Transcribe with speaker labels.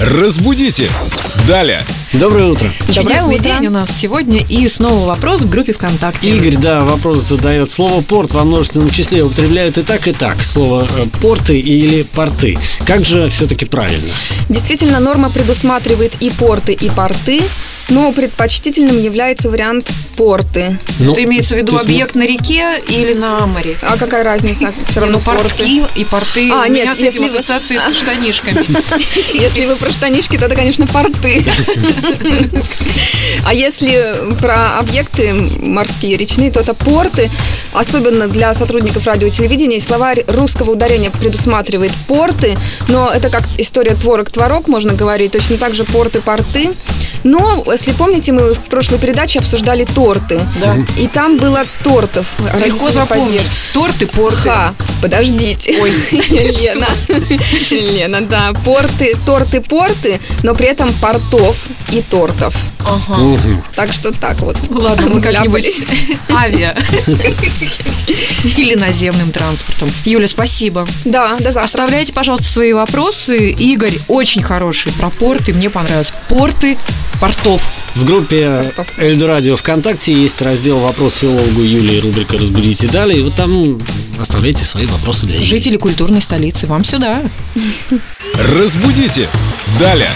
Speaker 1: Разбудите! Далее!
Speaker 2: Доброе утро.
Speaker 3: Доброе
Speaker 4: Чудесный
Speaker 3: утро.
Speaker 4: день у нас сегодня и снова вопрос в группе ВКонтакте.
Speaker 2: Игорь, да, вопрос задает. Слово порт во множественном числе употребляют и так, и так. Слово э, порты или порты. Как же все-таки правильно?
Speaker 3: Действительно, норма предусматривает и порты, и порты, но предпочтительным является вариант порты.
Speaker 2: Ну,
Speaker 4: Это имеется в виду
Speaker 2: то есть мы-
Speaker 4: объект на реке или на море?
Speaker 3: А какая разница? Все
Speaker 4: Не,
Speaker 3: равно
Speaker 4: ну,
Speaker 3: порты.
Speaker 4: портки и порты.
Speaker 3: А,
Speaker 4: У
Speaker 3: нет,
Speaker 4: меня с
Speaker 3: если
Speaker 4: этим
Speaker 3: вы-
Speaker 4: ассоциации с штанишками.
Speaker 3: Если вы про штанишки, то это, конечно, порты. А если про объекты морские, речные, то это порты. Особенно для сотрудников радио и телевидения. И Словарь русского ударения предусматривает порты, но это как история творог-творог, можно говорить. Точно так же порты-порты. Но, если помните, мы в прошлой передаче обсуждали торты.
Speaker 4: Да.
Speaker 3: И там было тортов.
Speaker 4: Легко
Speaker 3: Родители
Speaker 4: запомнить.
Speaker 3: поддержат.
Speaker 4: Торты, порты.
Speaker 3: Ха, подождите. Ой, Лена. Лена, да. Порты, торты, порты, но при этом портов и тортов.
Speaker 2: Ну.
Speaker 4: Ага.
Speaker 3: Так что так вот.
Speaker 4: Ладно, мы как-нибудь
Speaker 3: Вляпались.
Speaker 4: авиа или наземным транспортом. Юля, спасибо.
Speaker 3: Да, до завтра.
Speaker 4: Оставляйте, пожалуйста, свои вопросы. Игорь очень хороший про порты. Мне понравилось. Порты портов.
Speaker 2: В группе Эльдорадио ВКонтакте есть раздел «Вопрос филологу Юлии» рубрика «Разбудите далее». И вот там оставляйте свои вопросы для Игоря.
Speaker 4: Жители культурной столицы, вам сюда.
Speaker 1: Разбудите! Далее!